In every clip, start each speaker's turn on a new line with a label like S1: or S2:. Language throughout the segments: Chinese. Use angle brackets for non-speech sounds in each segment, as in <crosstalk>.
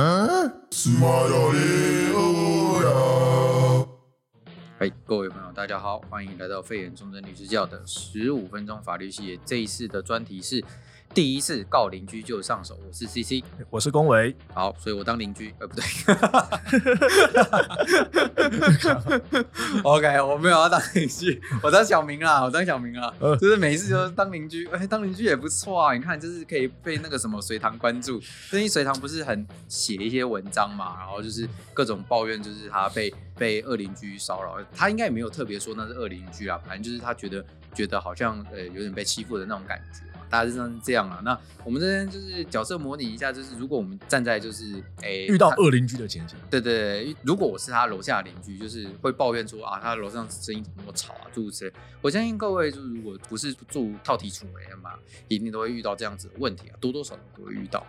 S1: 嗨，哎各位朋友，大家好，欢迎来到废言终身律师教的十五分钟法律系列。这一次的专题是第一次告邻居就上手，我是 CC。
S2: 我是龚维，
S1: 好，所以我当邻居，呃，不对 <laughs> ，OK，我没有要当邻居，我当小明啦，我当小明啦，
S2: 呃
S1: 就是每一次就是当邻居，哎、当邻居也不错啊，你看，就是可以被那个什么隋唐关注，最近隋唐不是很写一些文章嘛，然后就是各种抱怨，就是他被被恶邻居骚扰，他应该也没有特别说那是恶邻居啊，反正就是他觉得觉得好像呃有点被欺负的那种感觉嘛，大致上是这样啊。那我们这边就是角色模拟一下，就是如果我们站在就是哎诶、
S2: 遇到
S1: 他
S2: 恶邻居的情景，
S1: 对对对，如果我是他楼下的邻居，就是会抱怨说啊，他楼上声音怎么那么吵啊，诸如此类。我相信各位就是如果不是住套体处为嘛，一定都会遇到这样子的问题啊，多多少少都会遇到。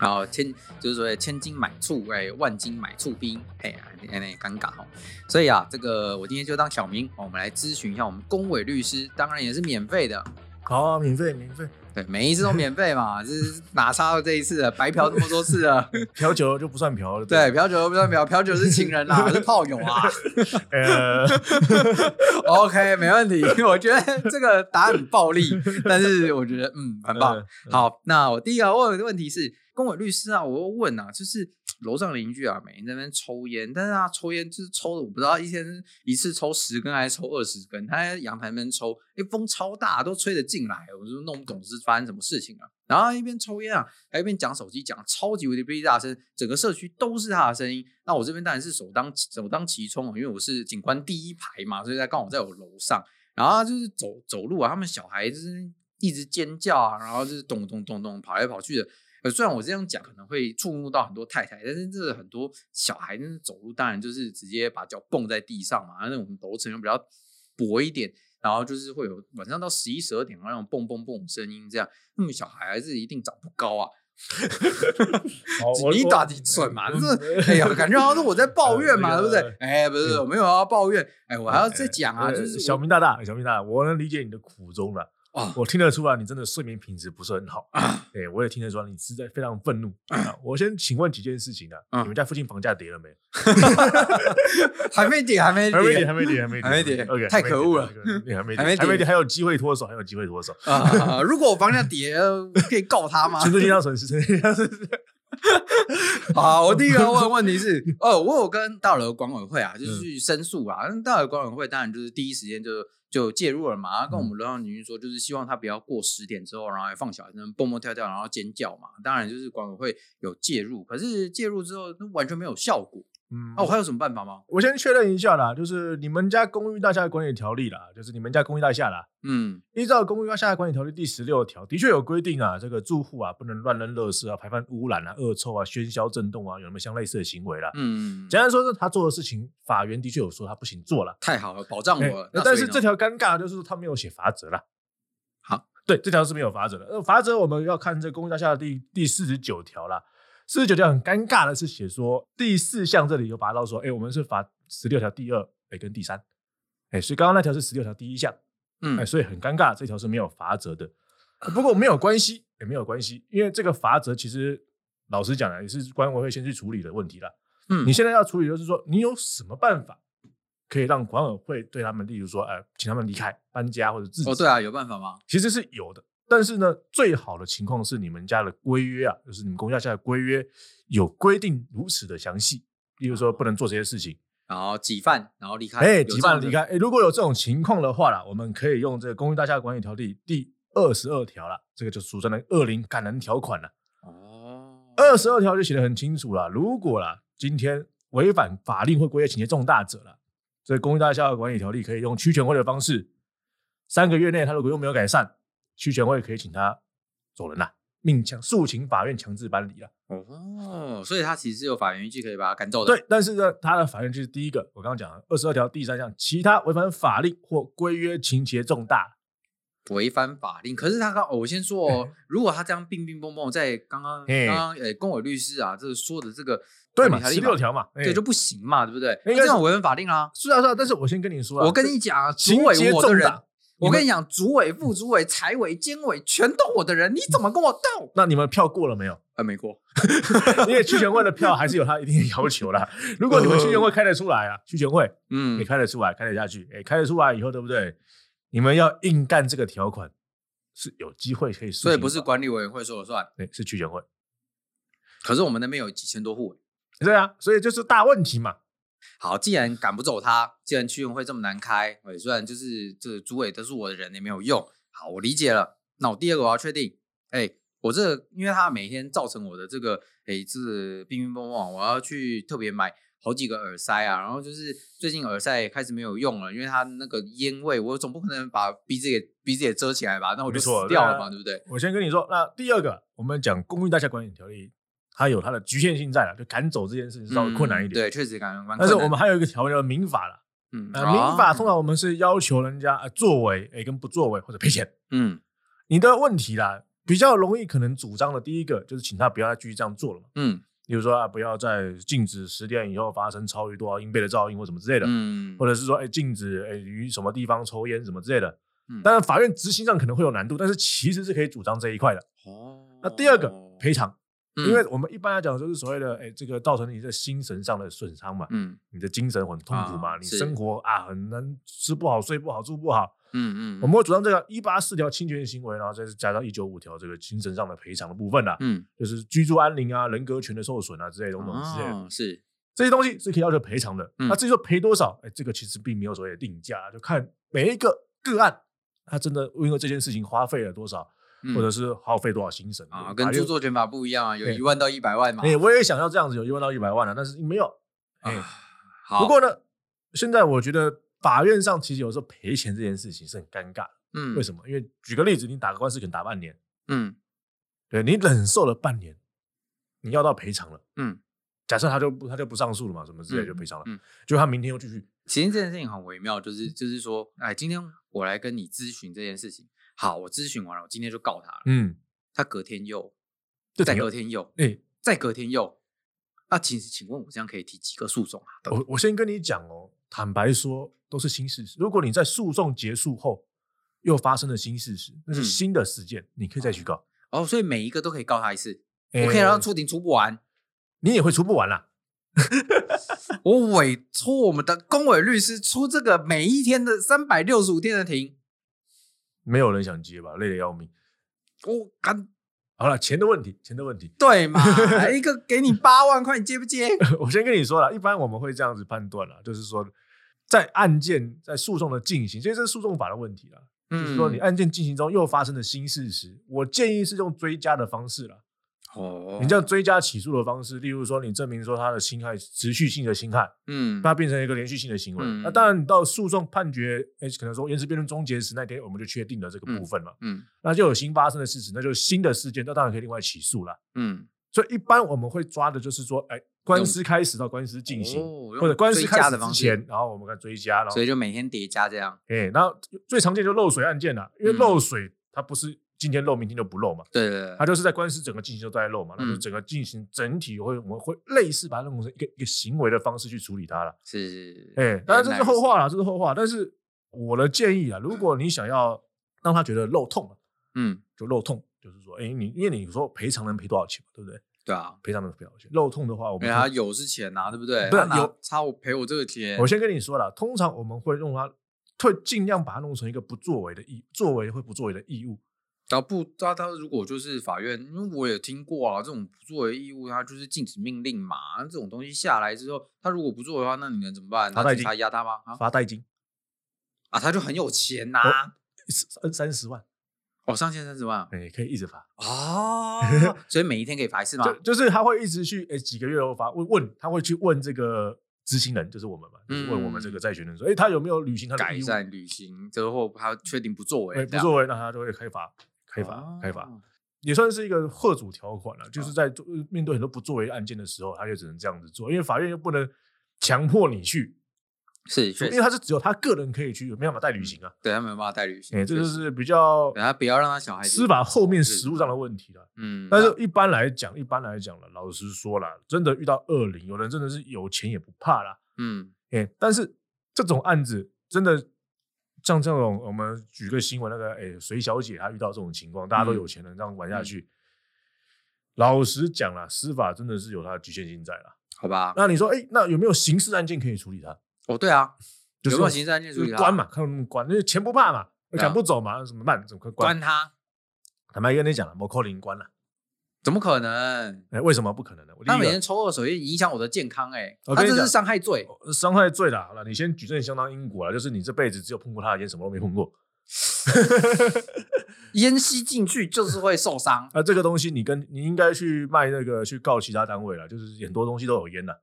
S1: 好，千就是说千金买醋，哎，万金买醋兵，哎呀，哎，那尴尬哦。所以啊，这个我今天就当小明，哦我们来咨询一下我们公委律师，当然也是免费的，
S2: 好、啊，免费免费，
S1: 对，每一次都免费嘛， <laughs> 这是哪差到这一次了，白嫖这么多次了。 <laughs>
S2: 嫖酒就不算嫖了，
S1: 对，，嫖酒不算嫖，嫖酒是情人啦， <laughs> 是炮友啊。
S2: <laughs> 呃，
S1: OK，没问题。 <laughs> 我觉得这个答案很暴力，但是我觉得嗯，很
S2: 呃
S1: 棒。好，那我第一个问的问题是，跟我律师啊，我又问啊，就是楼上邻居啊，每天在那边抽烟，但是他抽烟就是抽的，我不知道一天一次抽十根还是抽二十根，他在阳台那边抽，哎，风超大，都吹得进来，我就弄不懂是发生什么事情啊。然后他一边抽烟啊，还一边讲手机，讲超级无敌哔大声，整个社区都是他的声音。那我这边当然是首当首当其冲哦，因为我是警官第一排嘛，所以他刚好在我楼上。然后他就是走走路啊，他们小孩就是一直尖叫啊，然后就是咚咚咚咚跑来跑去的。呃，虽然我这样讲可能会触怒到很多太太，但是这很多小孩真是走路，当然就是直接把脚蹦在地上嘛。那我们楼层又比较薄一点，然后就是会有晚上到十一十二点那种蹦蹦蹦的声音，这样那么小孩还是一定长不高啊。
S2: 好我
S1: 你
S2: 我嗯
S1: 打你准嘛？ <laughs> 就是哎呀，感觉好像是我在抱怨 <laughs> 嘛，
S2: 呃
S1: 对不
S2: 那个
S1: 对？哎，不是，我没有要抱怨，哎，我还要再讲啊，
S2: 呃
S1: 就是我
S2: 小明大大，小明大大，我能理解你的苦衷了。
S1: 啊
S2: 我听得出来，你真的睡眠品质不是很好。对，我也听得出来，你是在非常愤怒。啊我先请问几件事情啊，
S1: 嗯
S2: 你们家附近房价跌了没？
S1: 还没点，还没
S2: 还没跌，
S1: 点
S2: 还没跌，还没跌，
S1: 还没跌
S2: OK，
S1: 太可恶了
S2: 你还没
S1: 还没跌
S2: 跌，还没跌，还有机会脱手，还有机会脱手。
S1: 啊！如果我房价跌，呃可以告他吗？
S2: 纯粹听到损失，纯粹听到损失。
S1: 好，我第一个问问题是，哦，我有跟大楼管委会啊，就是去申诉啊。那大楼管委会当然就是第一时间就就介入了嘛，跟我们楼上邻居说，就是希望他不要过十点之后，然后还放小孩在那边蹦蹦跳跳，然后尖叫嘛。当然就是管委会有介入，可是介入之后那完全没有效果。
S2: 嗯
S1: 那、我还有什么办法吗？
S2: 我先确认一下啦，就是你们家公寓大厦管理条例啦，就是你们家公寓大厦啦，
S1: 嗯，
S2: 依照《公寓大厦管理条例》第十六条，的确有规定啊，这个住户啊不能乱扔垃圾啊、排放污染啊、恶臭啊、喧嚣震动啊，有没有像类似的行为啦？
S1: 嗯，
S2: 简单说，是他做的事情，法院的确有说他不行做了。
S1: 太好了，保障我
S2: 哎
S1: 了。
S2: 那
S1: 哦那所
S2: 但是
S1: 以呢
S2: 这条尴尬就是他没有写罚则啦。
S1: 好，
S2: 对，这条是没有罚则的。呃，罚则我们要看这《公寓大厦》第第四十九条啦。四十九条很尴尬的是写说第四项这里有拔到说，哎、我们是罚十六条第二，哎、跟第三，哎、所以刚刚那条是十六条第一项，哎，
S1: 嗯
S2: 所以很尴尬，这条是没有罚则的。哎不过没有关系，也没有关系，因为这个罚则其实老实讲啊，也是管委会先去处理的问题啦。
S1: 嗯
S2: 你现在要处理就是说，你有什么办法可以让管委会对他们，例如说，哎、请他们离开、搬家或者自己，
S1: 哦对啊，有办法吗？
S2: 其实是有的。但是呢，最好的情况是你们家的规约啊，就是你们公家下的规约有规定如此的详细，例如说不能做这些事情。
S1: 然后几犯，然后离开，
S2: 哎，
S1: 啊有
S2: 几
S1: 这样
S2: 万
S1: 的
S2: 离开。哎，如果有这种情况的话啦，我们可以用这个《公寓大厦管理条例》第二十二条啦，这个就俗称的“恶灵感人条款”了。
S1: 哦，
S2: 二十二条就写的很清楚了，如果啦，今天违反法令或规约情节重大者了，这《公寓大厦管理条例》可以用区权会的方式，三个月内他如果又没有改善，区权会可以请他走人啦，命强诉请法院强制搬离了。
S1: 哦，所以他其实是有法源依据可以把他赶走的。
S2: 对，但是呢，他的法院就是第一个，我刚刚讲二十二条第三项，其他违反法令或规约情节重大，
S1: 违反法令。可是他刚，哦我先说
S2: <laughs>
S1: 哦，如果他这样冰冰蹦蹦，在刚刚
S2: 嘿
S1: 刚刚呃，公委律师啊，这个说的这个
S2: 对嘛，
S1: 条
S2: 十
S1: 例
S2: 六，条嘛，哎
S1: 对就不行嘛，对不对？那
S2: 应该
S1: 这
S2: 是
S1: 样违反法令啦。
S2: 是啊是啊，但是我先跟你说啊，
S1: 我跟
S2: 这
S1: 你讲啊，主
S2: 情
S1: 委
S2: 节
S1: 我的
S2: 重
S1: 人
S2: 大，，
S1: 我跟
S2: 你
S1: 你
S2: 们
S1: 讲，主委、副主委、财委、监委全都我的人，你怎么跟我斗？
S2: 那你们票过了没有？
S1: 呃，没过，
S2: <laughs> 因为区全会的票还是有它一定的要求
S1: <laughs>
S2: 啦。如果你们区全会开得出来啊，区全会
S1: 嗯
S2: 你，开得出来，开得下去，哎，开得出来以后，对不对？你们要硬干这个条款是有机会可以诉讼
S1: 所
S2: 的，
S1: 以不是管理委员会说了算。
S2: 对，是区全会，
S1: 可是我们那边有几千多户欸，
S2: 对啊，所以就是大问题嘛。
S1: 好，既然赶不走他，既然区运会这么难开，哎，虽然就是这主委都是我的人，也没有用。好，我理解了。那我第二个我要确定，哎，我这个因为他每天造成我的这个，哎，这个乒乒乓乓，我要去特别买好几个耳塞啊。然后就是最近耳塞也开始没有用了，因为它那个烟味，我总不可能把鼻子给鼻子也遮起来吧？那我就
S2: 没
S1: 死
S2: 错
S1: 掉
S2: 对啊
S1: 了嘛，对不对？
S2: 我先跟你说，那第二个，我们讲《公寓大厦管理条例》，它有它的局限性在了，就赶走这件事情稍微困难一
S1: 嗯
S2: 点。
S1: 对，确实感觉蛮困难。
S2: 但是我们还有一个条文叫民法啦，
S1: 嗯，
S2: 呃，民法
S1: 啊
S2: 通常我们是要求人家呃作为，哎，跟不作为或者赔钱。
S1: 嗯
S2: 你的问题啦，比较容易可能主张的第一个就是请他不要再继续这样做了嘛，
S1: 嗯
S2: 比如说啊，不要再禁止十点以后发生超于多少英倍的噪音或什么之类的，
S1: 嗯，
S2: 或者是说哎禁止哎于什么地方抽烟什么之类的。
S1: 嗯
S2: 当然，法院执行上可能会有难度，但是其实是可以主张这一块的。
S1: 哦
S2: 那第二个赔偿，
S1: 嗯
S2: 因为我们一般来讲就是所谓的哎这个造成你的精神上的损伤嘛，
S1: 嗯
S2: 你的精神很痛苦嘛，
S1: 啊
S2: 你
S1: 是
S2: 生活啊很难吃不好睡不好住不好，
S1: 嗯嗯，
S2: 我们会主张这个一八四条侵权行为，然后再加上一九五条这个精神上的赔偿的部分啦、
S1: 嗯
S2: 就是居住安宁啊、人格权的受损啊之类的等等之类的、
S1: 哦是
S2: 这些东西是可以要求赔偿的。
S1: 嗯
S2: 那至于说赔多少，哎，这个其实并没有所谓的定价，就看每一个个案，他真的因为这件事情花费了多少，
S1: 嗯
S2: 或者是耗费多少精神
S1: 啊，
S2: 法
S1: 跟
S2: 院
S1: 著作权法不一样啊，有
S2: 对
S1: 一万到一百万嘛。
S2: 哎，我也想要这样子，有一万到一百万啊，但是没有。哎、
S1: 啊好，
S2: 不过呢，现在我觉得法院上其实有时候赔钱这件事情是很尴尬的。
S1: 嗯，
S2: 为
S1: 么？
S2: 什么？因为举个例子，你打个官司可能打半年。
S1: 嗯
S2: 对你忍受了半年，你要到赔偿了。
S1: 嗯，
S2: 假设他就不他就不上诉了嘛，什么之类
S1: 嗯
S2: 就赔偿了。
S1: 嗯
S2: 就他明天又继续，
S1: 其实这件事情很微妙，就是就是说，哎，今天我来跟你咨询这件事情，好，我咨询完了，我今天就告他了，
S2: 嗯，
S1: 他隔天又
S2: 就
S1: 再
S2: 等于
S1: 隔天又
S2: 哎、
S1: 再隔天又，那请请问我这样可以提几个诉讼啊？
S2: 我我先跟你讲哦，坦白说都是新事实。如果你在诉讼结束后又发生了新事实，那是
S1: 嗯
S2: 新的事件，你可以再去告。
S1: 哦，所以每一个都可以告他一次，
S2: 哎
S1: 我可以让他出庭出不完。
S2: 你也会出不完啦。
S1: 我委托我们的公委律师出这个每一天的三百六十五天的庭，
S2: 没有人想接吧，累得要命。
S1: 我敢
S2: 好了，钱的问题，钱的问题，
S1: 哦
S2: <laughs>
S1: 对嘛？哎一个给你八万块，你接不接？
S2: 我先跟你说了，一般我们会这样子判断啦，就是说，在案件在诉讼的进行，其实这是诉讼法的问题啦。
S1: 嗯
S2: 就是说你案啊件进行中又发生了新事实，我建议是用追加的方式了。
S1: 哦
S2: 你这样追加起诉的方式，例如说你证明说他的侵害持续性的侵害，
S1: 嗯
S2: 那变成一个连续性的行为。
S1: 嗯
S2: 那当然，你到诉讼判决，诶，可能说延迟辩论终结时那天，我们就确定了这个部分嘛，
S1: 嗯
S2: 那就有新发生的事实，那就是新的事件，那当然可以另外起诉了。
S1: 嗯，
S2: 所以一般我们会抓的就是说，哎，官司开始到官司进行，
S1: 哦
S2: 或者官司
S1: 用
S2: 开
S1: 追加
S2: 始
S1: 的方
S2: 之
S1: 式
S2: 前，然后我们看追加，然后
S1: 所以就每天叠加这样。
S2: 哎、然后最常见就是漏水案件啦、啊因为
S1: 嗯
S2: 漏水它不是今天漏明天就不漏嘛，
S1: 对对
S2: 它
S1: 对，
S2: 就是在官司整个进行都在漏嘛，那就
S1: 嗯
S2: 整个进行整体会我们会类似把它弄成一个一个行为的方式去处理它了。
S1: 是
S2: 哎、当然这是后话啦，这是后话。但是我的建议啊，如果你想要让他觉得漏痛了，
S1: 嗯，
S2: 就漏痛，就是说，哎、你因为你说赔偿能赔多少钱嘛，对不对？
S1: 对啊，
S2: 赔偿能赔多少钱？漏痛的话，我
S1: 因
S2: 们
S1: 为他有是钱拿，对不对？
S2: 不是
S1: 他拿
S2: 有
S1: 差我赔我这个钱
S2: 我，先跟你说了，通常我们会用它，会尽量把它弄成一个不作为的义，作为会不作为的义务。
S1: 然后不，他他如果就是法院，因为我也听过啊，这种不作为义务，他就是禁止命令嘛。那这种东西下来之后，他如果不做的话，那你能怎么办？
S2: 罚
S1: 拿
S2: 他
S1: 警
S2: 一
S1: 察
S2: 定
S1: 压他吗？啊
S2: 罚代金
S1: 啊，他就很有钱呐、
S2: 三三十万，
S1: 哦，上限三十万啊
S2: 哎、可以一直罚。
S1: <laughs> 哦，所以每一天可以罚一次吗？
S2: 就就是他会一直去，哎、几个月后罚问问，他会去问这个执行人，就是我们嘛，就是问我们这个债权人说，哎、他有没有履行他
S1: 嗯
S2: 的
S1: 改
S2: 义务？
S1: 善履行之后，他确定不作
S2: 哎、
S1: 为，
S2: 不作为，那他就会开罚，开罚，开罚，
S1: 哦啊
S2: 也算是一个贺主条款了。就是在做面对很多不作为案件的时候，他就只能这样子做，因为法院又不能强迫你去
S1: 是，
S2: 因
S1: 确
S2: 为
S1: 实，
S2: 他是只有他个人可以去，没办法代理行啊。
S1: 对他没有办法代理
S2: 哎、
S1: 性，
S2: 这
S1: 嗯
S2: 就
S1: 确实
S2: 是比较
S1: 对他啊不要让他小孩子
S2: 司法后面实务上的问题了。
S1: 嗯，
S2: 但是一般来讲，一般来讲了，老实说了，真的遇到恶灵，有人真的是有钱也不怕啦。
S1: 嗯
S2: 哎、但是这种案子真的像这种，我们举个新闻，那个哎、隋小姐她遇到这种情况，大家
S1: 嗯
S2: 都有钱人这样玩下去，老实讲啦，司法真的是有它的局限性在啦。
S1: 好吧，
S2: 那你说，哎、那有没有刑事案件可以处理它？
S1: 哦对啊，
S2: 就
S1: 有
S2: 是
S1: 没有刑事案件处
S2: 就
S1: 理
S2: 是
S1: 他
S2: 关嘛，看他们关，那就钱不怕嘛，
S1: 对啊
S2: 赶不走嘛，怎么办？怎么可以关？
S1: 关他？
S2: 坦白跟你讲了，某扣零关了，
S1: 怎么可能？
S2: 哎、为什么不可能呢？我第
S1: 他
S2: 一
S1: 每
S2: 个
S1: 天抽二手烟影响我的健康，哎，
S2: 我
S1: 他
S2: 跟
S1: 这
S2: 你
S1: 是
S2: 讲
S1: 伤害罪，
S2: 哦伤害罪啦，好了，你先举证相当因果了，啊就是你这辈子只有碰过他的烟，什么都没碰过。，
S1: 烟吸进去就是会受伤
S2: 啊，这个东西你跟你应该去卖那个去告其他单位了，就是很多东西都有烟的。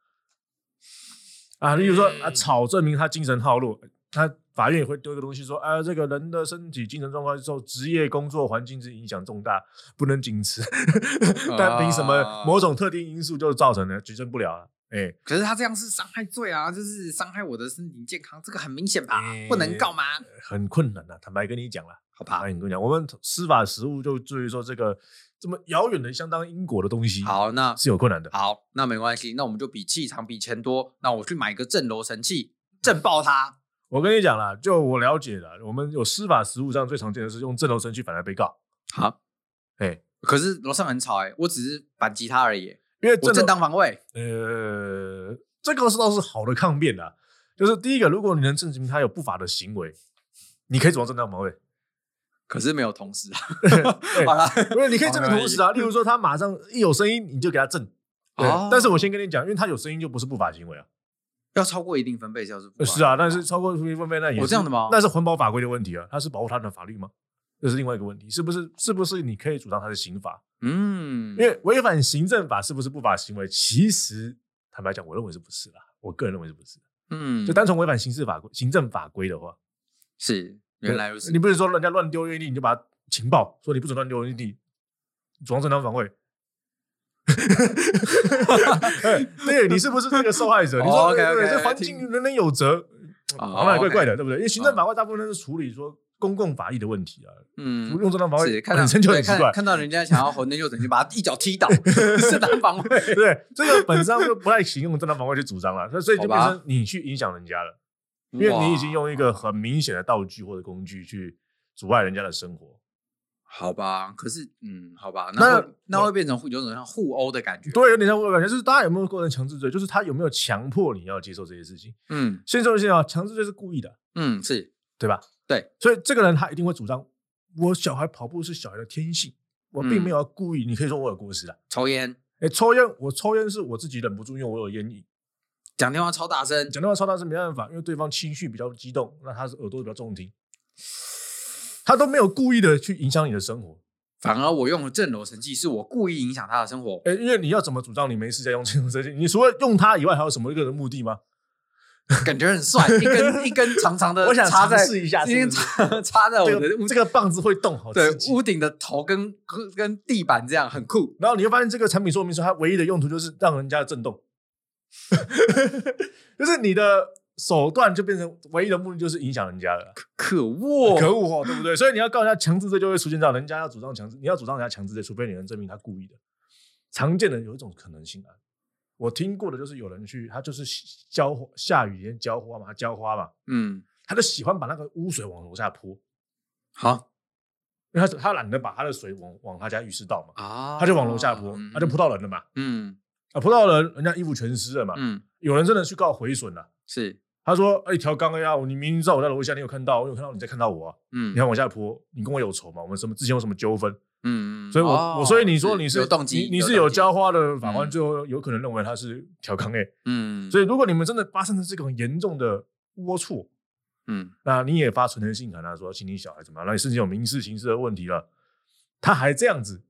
S2: 啊，例如说啊，
S1: 嗯
S2: 草证明他精神耗弱，他法院也会丢一个东西说，啊，这个人的身体精神状况受职业工作环境之影响重大，不能仅此。 <laughs> 但凭什么某种特定因素就造成了举证不了啊？哎、
S1: 可是他这样是伤害罪啊，就是伤害我的身体健康，这个很明显吧
S2: 哎？
S1: 不能告吗？
S2: 很困难啊，坦白跟你讲啦，
S1: 好
S2: 坦
S1: 吧
S2: 白，跟你讲，我们司法实务就至于说这个这么遥远的相当因果的东西，
S1: 好，那
S2: 是有困难的。
S1: 好，那没关系，那我们就比气场比钱多，那我去买个震楼神器，震爆他。
S2: 我跟你讲啦，就我了解的，我们有司法实务上最常见的是用正楼程序反来被告，
S1: 好，
S2: 哎、
S1: 可是楼上很吵哎、我只是反击他而已，
S2: 因为
S1: 我
S2: 正
S1: 正
S2: 当
S1: 当防卫。
S2: 呃，这个是倒是好的抗辩啦，就是第一个，如果你能证明他有不法的行为，你可以主张正当防卫，
S1: 可是没有同
S2: <laughs>
S1: 时啊，
S2: 对
S1: 好啦，
S2: 因为你可以证明同
S1: <laughs>
S2: 时啊，例如说他马上一有声音你就给他证，对，
S1: 哦
S2: 但是我先跟你讲，因为他有声音就不是不法行为啊，
S1: 要超过一定分贝就是不
S2: 呃
S1: 管
S2: 是啊，但是超过一分贝那也
S1: 哦
S2: 是
S1: 这样的吗
S2: 那是环保法规的问题啊，他是保护他的法律吗？这是另外一个问题，是不是是不是你可以主张他是刑法？
S1: 嗯，
S2: 因为违反行政法是不是不法行为？其实坦白讲，我认为是不是啦？我个人认为是不是？
S1: 嗯
S2: 就单纯违反刑事法规、行政法规的话，
S1: 是原来如此
S2: 你，不是说人家乱丢烟蒂，你就把他情报说你不准乱丢烟蒂，主张正当防卫。 <laughs> 哎对，你是不是这个受害者？你说
S1: 哦
S2: 对对
S1: OK，OK，
S2: 对这环境
S1: 听
S2: 人人有责，
S1: 哦
S2: 啊好像也
S1: OK
S2: 怪
S1: 哦
S2: 怪的，对不对？因为行政法规大部分都是处理说公共法益的问题啊，
S1: 嗯，
S2: 用正当防卫
S1: 是看到
S2: 本身就很
S1: 对
S2: 奇
S1: 看
S2: 怪。 <laughs>
S1: 看到人家想要混，那就等于把他一脚踢倒，正当防卫。
S2: 对，这个本质上就不太行用正当防卫去主张了，所以所以就变
S1: 好
S2: 成你去影响人家了，因为你已经用一个很明显的道具或者工具去阻碍人家的生活。
S1: 好吧，可是嗯，好吧，
S2: 那
S1: 那会那会变成有种像互殴的感觉。，
S2: 对，有点像我感觉就是大家有没有构成强制罪，就是他有没有强迫你要接受这些事情。
S1: 嗯
S2: 先说一下啊，强制罪是故意的，
S1: 嗯，是
S2: 对吧？
S1: 对，
S2: 所以这个人他一定会主张，我小孩跑步是小孩的天性，我并
S1: 嗯
S2: 没有要故意。你可以说我有过失啊，
S1: 抽烟，
S2: 哎，抽烟我抽烟是我自己忍不住，因为我有烟瘾。
S1: 讲电话超大声，
S2: 讲电话超大声没办法，因为对方情绪比较激动，那他是耳朵比较中听，他都没有故意的去影响你的生活。
S1: 反而我用了震楼神器，是我故意影响他的生活。
S2: 哎、因为你要怎么主张你没事在用这种东西？你除了用它以外，还有什么一个人目的吗？
S1: 感觉很帅，一根一根长长的，
S2: 我想
S1: 插在
S2: 尝试一下
S1: 一根
S2: 是不是
S1: 插插哦在我
S2: 这
S1: 的
S2: 个
S1: 屋
S2: 这个棒子会动，好
S1: 对
S2: 刺激。
S1: 屋顶的头跟跟跟地板这样，很酷。
S2: 然后你会发现，这个产品说明书它唯一的用途就是让人家震动， <laughs> 就是你的手段就变成唯一的目的就是影响人家了。
S1: 可恶，
S2: 可恶哦，对不对？所以你要告人家强制罪，就会出现到人家要主张强制，你要主张人家强制罪，除非你能证明他故意的。常见的有一种可能性啊，我听过的就是有人去，他就是浇花，下雨天浇花嘛，他浇花嘛，
S1: 嗯，
S2: 他就喜欢把那个污水往楼下泼，
S1: 好
S2: 因为他他懒得把他的水往往他家浴室倒嘛，
S1: 啊，
S2: 他就往楼下泼，他就泼到人了嘛，
S1: 嗯
S2: 啊，泼到人，人家衣服全湿了嘛。
S1: 嗯，
S2: 有人真的去告毁损了，
S1: 是
S2: 他说：“哎，调缸呀，你明明知道我在楼下，你有看到，我有看到你在看到我啊，
S1: 嗯，
S2: 你还往下泼，你跟我有仇吗？我们什么之前有什么纠纷？”
S1: 嗯，嗯
S2: 所以我，我、
S1: 哦
S2: 所以你说你是
S1: 有动机，
S2: 你你是有
S1: 动机
S2: 浇，花的法官，
S1: 嗯
S2: 最后有可能认为他是调康诶。
S1: 嗯，
S2: 所
S1: 以
S2: 以，如果你们真的发生了这个很严重的龌龊，
S1: 嗯
S2: 那你也发传真信函啊，说请你小孩怎么样，那你甚至有民事、刑事的问题了，他还这样子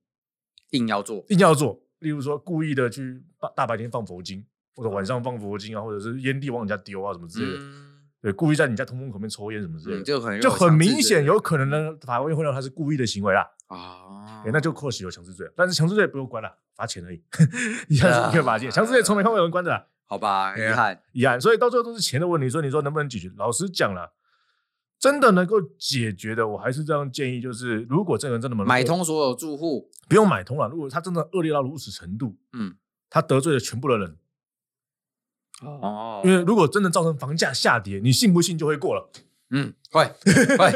S1: 硬要做，
S2: 硬要做，例如说故意的去大大白天放佛经，或者晚上放佛经啊，或者是烟蒂往你家丢啊什么之类的，
S1: 嗯，
S2: 对，故意在你家通风口边抽烟什么之类
S1: 嗯
S2: 的，
S1: 就很
S2: 就很明显
S1: 有
S2: 有可能呢，法官会认为他是故意的行为啦。
S1: 啊
S2: 欸，那就
S1: <laughs> 啊
S2: 或许有强制罪，但是强制罪不用关了，罚钱而已，一样是一个罚钱。强制罪从没看过有人关的啦，
S1: 好吧，遗
S2: 对啊
S1: 憾，
S2: 遗憾，所以到最后都是钱的问题。所以你说能不能解决？老实讲了，真的能够解决的，我还是这样建议，就是如果这个人真的能
S1: 买，通所有住户，
S2: 不用买通了。如果他真的恶劣到如此程度，
S1: 嗯，
S2: 他得罪了全部的人，
S1: 哦
S2: 因为如果真的造成房价下跌，你信不信就会过了，
S1: 嗯，会
S2: <laughs>
S1: 会，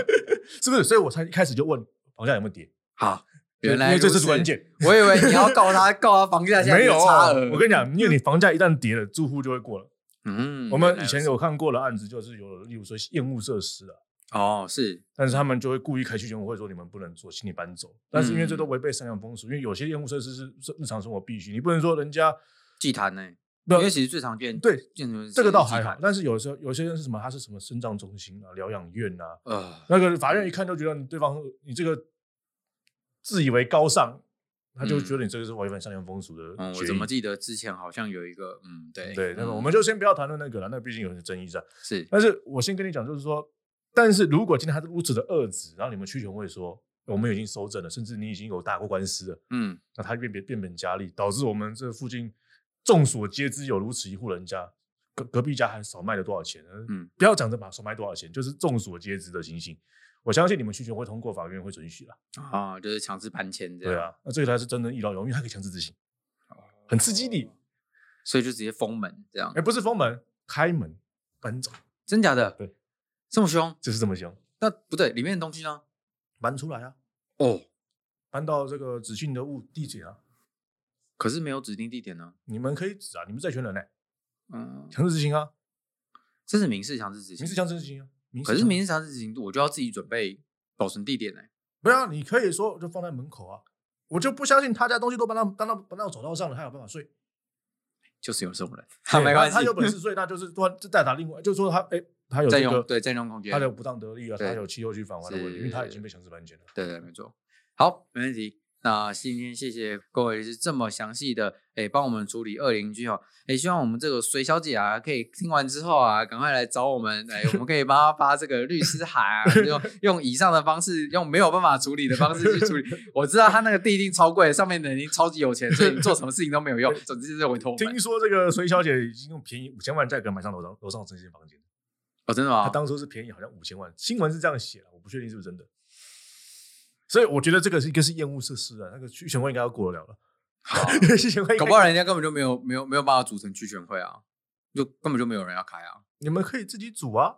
S2: 是不是？所以我才一开始就问房价有没有跌，
S1: 好，
S2: 因
S1: 原来
S2: 为这
S1: 如
S2: 是
S1: 此
S2: 关。键。
S1: 我以为你要告他，告他房价现在
S2: 没有，啊
S1: 差额。
S2: 我跟你
S1: <laughs>
S2: 讲，因为你房价一旦跌了，住户就会过了。
S1: 嗯，
S2: 我们
S1: 原来
S2: 以前
S1: 如
S2: 有看过的案子，就是有，例如说厌恶设施啊，
S1: 此哦，是
S2: 但是他们就会故意开区全委会说你们不能做，请你搬走。但是因为这都
S1: 嗯
S2: 违背善良风俗，因为有些厌恶设施是日常生活必须，你不能说人家
S1: 祭坛呢，
S2: 那
S1: 因为其实最常见
S2: 啊对
S1: 建筑
S2: 这个倒还好，，但是有时候有些人是什么，他是什么生长中心啊、疗养院啊，
S1: 呃，
S2: 那个法院一看就觉得你对方你这个自以为高尚，他就觉得你这个是违反善良风俗的
S1: 嗯嗯，我
S2: 决
S1: 怎么
S2: 议。
S1: 记得之前好像有一个，嗯，对
S2: 对，那么
S1: 嗯
S2: 我们就先不要谈论那个了，那毕竟有些争议在。
S1: 是
S2: 但是我先跟你讲，就是说，但是如果今天他是如此的恶质，然后你们区权会说我们已经收证了，甚至你已经有打过官司了，
S1: 嗯，
S2: 那他变变变本加厉，导致我们这附近众所皆知有如此一户人家，隔隔壁家还少卖了多少钱？
S1: 嗯
S2: 嗯，不要讲这把少卖多少钱，就是众所皆知的情形。我相信你们区权会通过法院会准许啦。
S1: 啊，就是强制搬迁这
S2: 对
S1: 样，
S2: 啊，哦那这个才是真正意料中，因为它可以强制执行，很刺激你。
S1: 所以就直接封门这样
S2: 哎、，不是封门，开门搬走，
S1: 真假的？
S2: 对，
S1: 这么凶？
S2: 就是这么凶，
S1: 那不对，里面的东西呢？
S2: 搬出来啊，
S1: 哦，
S2: 搬到这个指定的物地址啊。
S1: 可是没有指定地点呢。
S2: 你们可以指啊，你们债权人呢、
S1: 嗯，
S2: 强制执行啊，
S1: 这是民事强制执行，
S2: 民事强制执行啊。民
S1: 可是
S2: 强
S1: 民事强制执行，我就要自己准备保存地点呢、
S2: 不要，你可以说就放在门口啊，我就不相信他家东西都搬到搬到搬到走道上了，还有办法睡？
S1: 就是有这种人，<laughs>
S2: 对
S1: 没关系
S2: 他他，有本事睡，那就是说这再打另外，就是说他哎、他有
S1: 占
S2: 这
S1: 用
S2: 个
S1: 对占用空间
S2: 他有不当得利啊，
S1: 对
S2: 他有气候区返还的问题，因为他已经被强制搬迁了。
S1: 对对，没错。好，没问题。那今天谢谢各位是这么详细的，哎，帮我们处理二邻居哦，哎，希望我们这个隋小姐啊，可以听完之后啊，赶快来找我们，哎，我们可以帮她发这个律师函啊，用用以上的方式，用没有办法处理的方式去处理。我知道她那个地一定超贵，上面的人一定超级有钱，所以你做什么事情都没有用，总之就是委托我们
S2: 听。说这个隋小姐已经用便宜五千万价格买上楼上楼上这间房间，
S1: 哦，真的
S2: 她
S1: 吗？
S2: 当初是便宜好像五千万，新闻是这样写的，我不确定是不是真的。所以我觉得这个是一个是厌恶设施啊，那个区全会应该要过得了 <laughs> 了，
S1: 好
S2: 区全会应
S1: 搞
S2: 该
S1: 不好人家根本就没有没有没有办法组成区全会啊，就根本就没有人要开啊。
S2: 你们可以自己组啊，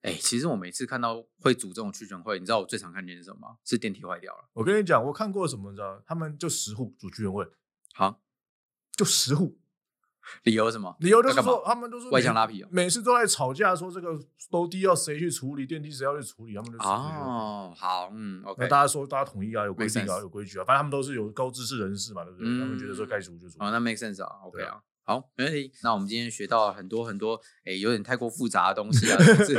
S1: 哎、其实我每次看到会组这种区全会，你知道我最常看见是什么吗？是电梯坏掉了。
S2: 我跟你讲，我看过什么，你知道吗？他们就十户主居委会，
S1: 好，
S2: 就十户，
S1: 理由是什么？
S2: 理由就
S1: 要
S2: 是
S1: 干
S2: 说
S1: 嘛
S2: 他们都说
S1: 外墙
S2: 每
S1: 拉皮哦。
S2: 每次都在吵架，说这个楼梯要谁去处理，电梯谁要去处理，他们就十户主居委会
S1: 哦，好，嗯
S2: 那
S1: ，OK，
S2: 大家说大家统一啊，有规
S1: Make
S2: 定
S1: sense
S2: 啊，有规矩啊，反正他们都是有高知识人士嘛，对不对？
S1: 嗯
S2: 他们觉得说该除就除。
S1: 哦，那 make sense 啊，OK
S2: 对
S1: 啊，好，没问题。那我们今天学到了很多很多，哎、有点太过复杂的东西啊。总之，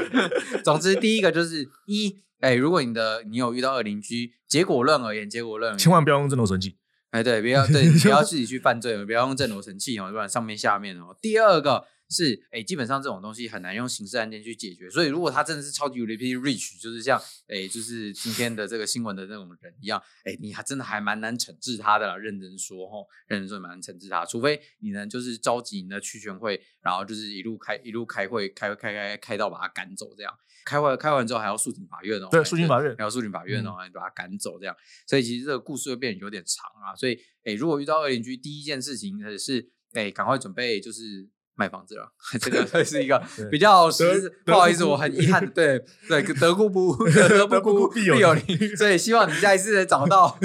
S2: <laughs>
S1: 总之，第一个就是一，哎、如果你的你有遇到二邻居，结果论而言，结果论而言
S2: 千万不要用这种神器。
S1: 哎，对，不
S2: <laughs>
S1: 要对，不要自己去犯罪，不要用震楼神器哦，不然上面下面哦。第二个是，哎，基本上这种东西很难用刑事案件去解决，所以如果他真的是超级无敌 rich，就是像哎，就是今天的这个新闻的那种人一样，哎，你还真的还蛮难惩治他的啦。认真说哦，认真说蛮难惩治他，除非你能就是召集你的区全会，然后就是一路开一路开会，开会开开开到把他赶走这样。开会开完之后还要诉请法院哦，
S2: 对
S1: 哎
S2: 诉请法院嗯
S1: 还要诉请法院哦，还把他赶走这样。所以其实这个故事会变得有点长啊。所以，诶，如果遇到二邻居，第一件事情呃是，诶，赶快准备就是买房子了。 <laughs> 这个会是一个
S2: 对
S1: 比较实
S2: 得，
S1: 不好意思，
S2: 得不
S1: 我很遗憾，对对，得顾 <laughs> 不得
S2: 得
S1: 不
S2: <laughs> 不
S1: 顾
S2: 顾
S1: 必
S2: 必
S1: 有
S2: 有
S1: 邻，所以希望你下一次能找到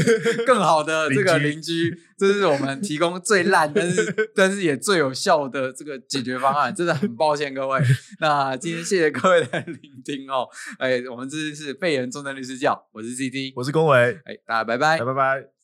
S1: 更好的这个邻
S2: 邻
S1: 居。这是我们提供最烂，但是但是也最有效的这个解决方案，真的很抱歉各位。那今天谢谢各位的聆听哦，哎，我们这是废人重症律师教，我是 C D，
S2: <laughs> 我是龚维，
S1: 哎，大家拜拜
S2: 来。拜拜。